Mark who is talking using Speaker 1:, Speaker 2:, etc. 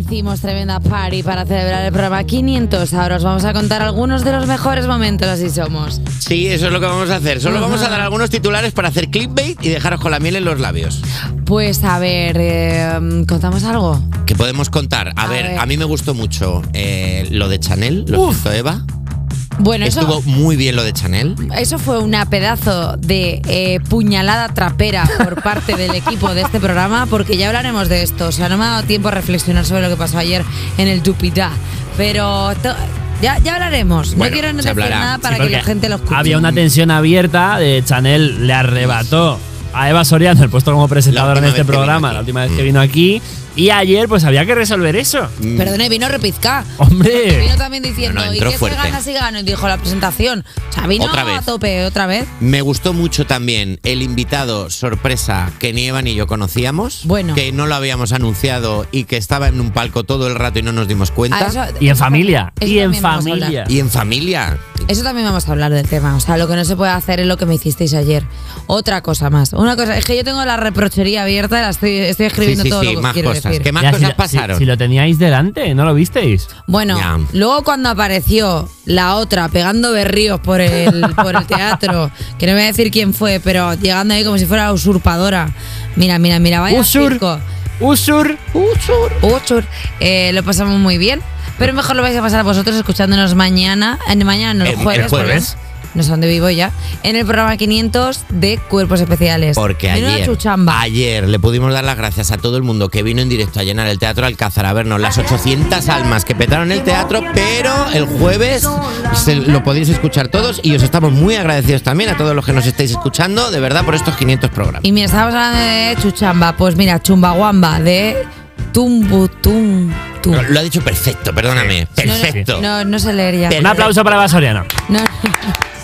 Speaker 1: Hicimos tremenda party para celebrar el programa 500. Ahora os vamos a contar algunos de los mejores momentos, así somos.
Speaker 2: Sí, eso es lo que vamos a hacer. Solo vamos a dar algunos titulares para hacer clickbait y dejaros con la miel en los labios.
Speaker 1: Pues a ver, eh, ¿contamos algo?
Speaker 2: ¿Qué podemos contar? A, ver,
Speaker 1: ver.
Speaker 2: a mí me gustó mucho eh, lo de Chanel, lo hizo Eva.
Speaker 1: Bueno,
Speaker 2: Estuvo
Speaker 1: eso,
Speaker 2: muy bien lo de Chanel.
Speaker 1: eso fue una pedazo de eh, puñalada trapera por parte del equipo de este programa, porque ya hablaremos de esto. O sea, no me ha dado tiempo a reflexionar sobre lo que pasó ayer en el Dupidá. Pero to- ya, ya hablaremos.
Speaker 2: Bueno,
Speaker 1: no quiero no
Speaker 2: se
Speaker 1: decir
Speaker 2: hablará.
Speaker 1: nada
Speaker 2: Sí,
Speaker 1: para que
Speaker 3: porque
Speaker 1: la gente lo escuche.
Speaker 3: Había una tensión abierta, de Chanel le arrebató a Eva Soriano el puesto como presentadora en
Speaker 2: última
Speaker 3: este
Speaker 2: vez que vino
Speaker 3: programa
Speaker 2: aquí. Mm.
Speaker 3: la última vez que vino aquí. Y ayer pues había que resolver eso.
Speaker 1: Perdone, vino repizca.
Speaker 3: Hombre,
Speaker 1: Vino también diciendo,
Speaker 2: No, no,
Speaker 1: ¿y
Speaker 2: entró
Speaker 1: qué
Speaker 2: fuerte.
Speaker 1: ganas y gano? Y dijo la presentación. O sea, vino
Speaker 2: Otra vez.
Speaker 1: a tope otra vez.
Speaker 2: Me gustó mucho también el invitado sorpresa que ni Eva ni yo conocíamos.
Speaker 1: Bueno.
Speaker 2: Que no lo habíamos anunciado y que estaba en un palco todo el rato y no nos dimos
Speaker 1: A
Speaker 2: cuenta.
Speaker 1: eso-
Speaker 3: y en familia,
Speaker 1: eso
Speaker 3: y en
Speaker 1: también vamos a hablar.
Speaker 3: familia.
Speaker 2: Y en familia.
Speaker 1: Eso también vamos a hablar del tema. O sea, lo que no se puede hacer es lo que me hicisteis ayer. Otra cosa más. Una cosa, es que yo tengo la reprochería abierta, la estoy, estoy
Speaker 2: Sí,
Speaker 1: escribiendo
Speaker 2: sí,
Speaker 1: todo
Speaker 2: sí,
Speaker 1: lo que
Speaker 2: más
Speaker 1: quiero
Speaker 2: cosas.
Speaker 1: decir.
Speaker 2: ¿Qué más
Speaker 3: Ya, si
Speaker 2: cosas
Speaker 3: lo-
Speaker 2: pasaron?
Speaker 3: Si, si lo teníais delante, ¿no lo visteis?
Speaker 1: Bueno,
Speaker 2: Ya.
Speaker 1: luego cuando apareció la otra pegando berríos por el, por el teatro, que no voy a decir quién fue, pero llegando ahí como si fuera usurpadora. Mira, mira, mira, vaya
Speaker 3: Usur,
Speaker 1: circo.
Speaker 3: Usur, Usur.
Speaker 1: Uchur. Eh, lo pasamos muy bien. Pero mejor lo vais a pasar vosotros escuchándonos mañana. eh, mañana, no, el
Speaker 2: El- el
Speaker 1: jueves.
Speaker 2: jueves.
Speaker 1: perdón. No sé dónde vivo ya. En el programa 500 de Cuerpos Especiales.
Speaker 2: Porque
Speaker 1: Menuda
Speaker 2: ayer,
Speaker 1: chuchamba.
Speaker 2: ayer le pudimos dar las gracias a todo el mundo que vino en directo a llenar el Teatro Alcázar a vernos las 800 almas que petaron el teatro, pero el jueves se- lo podéis escuchar todos y os estamos muy agradecidos también a todos los que nos estáis escuchando, de verdad, por estos 500 programas.
Speaker 1: Y mira, estábamos hablando de chuchamba. Pues mira, chumbaguamba de tumbu tum tum.
Speaker 2: Lo, lo ha dicho perfecto, perdóname. Perfecto.
Speaker 1: No, no sé leer ya.
Speaker 3: Un aplauso para Eva Soriano.
Speaker 1: No, no.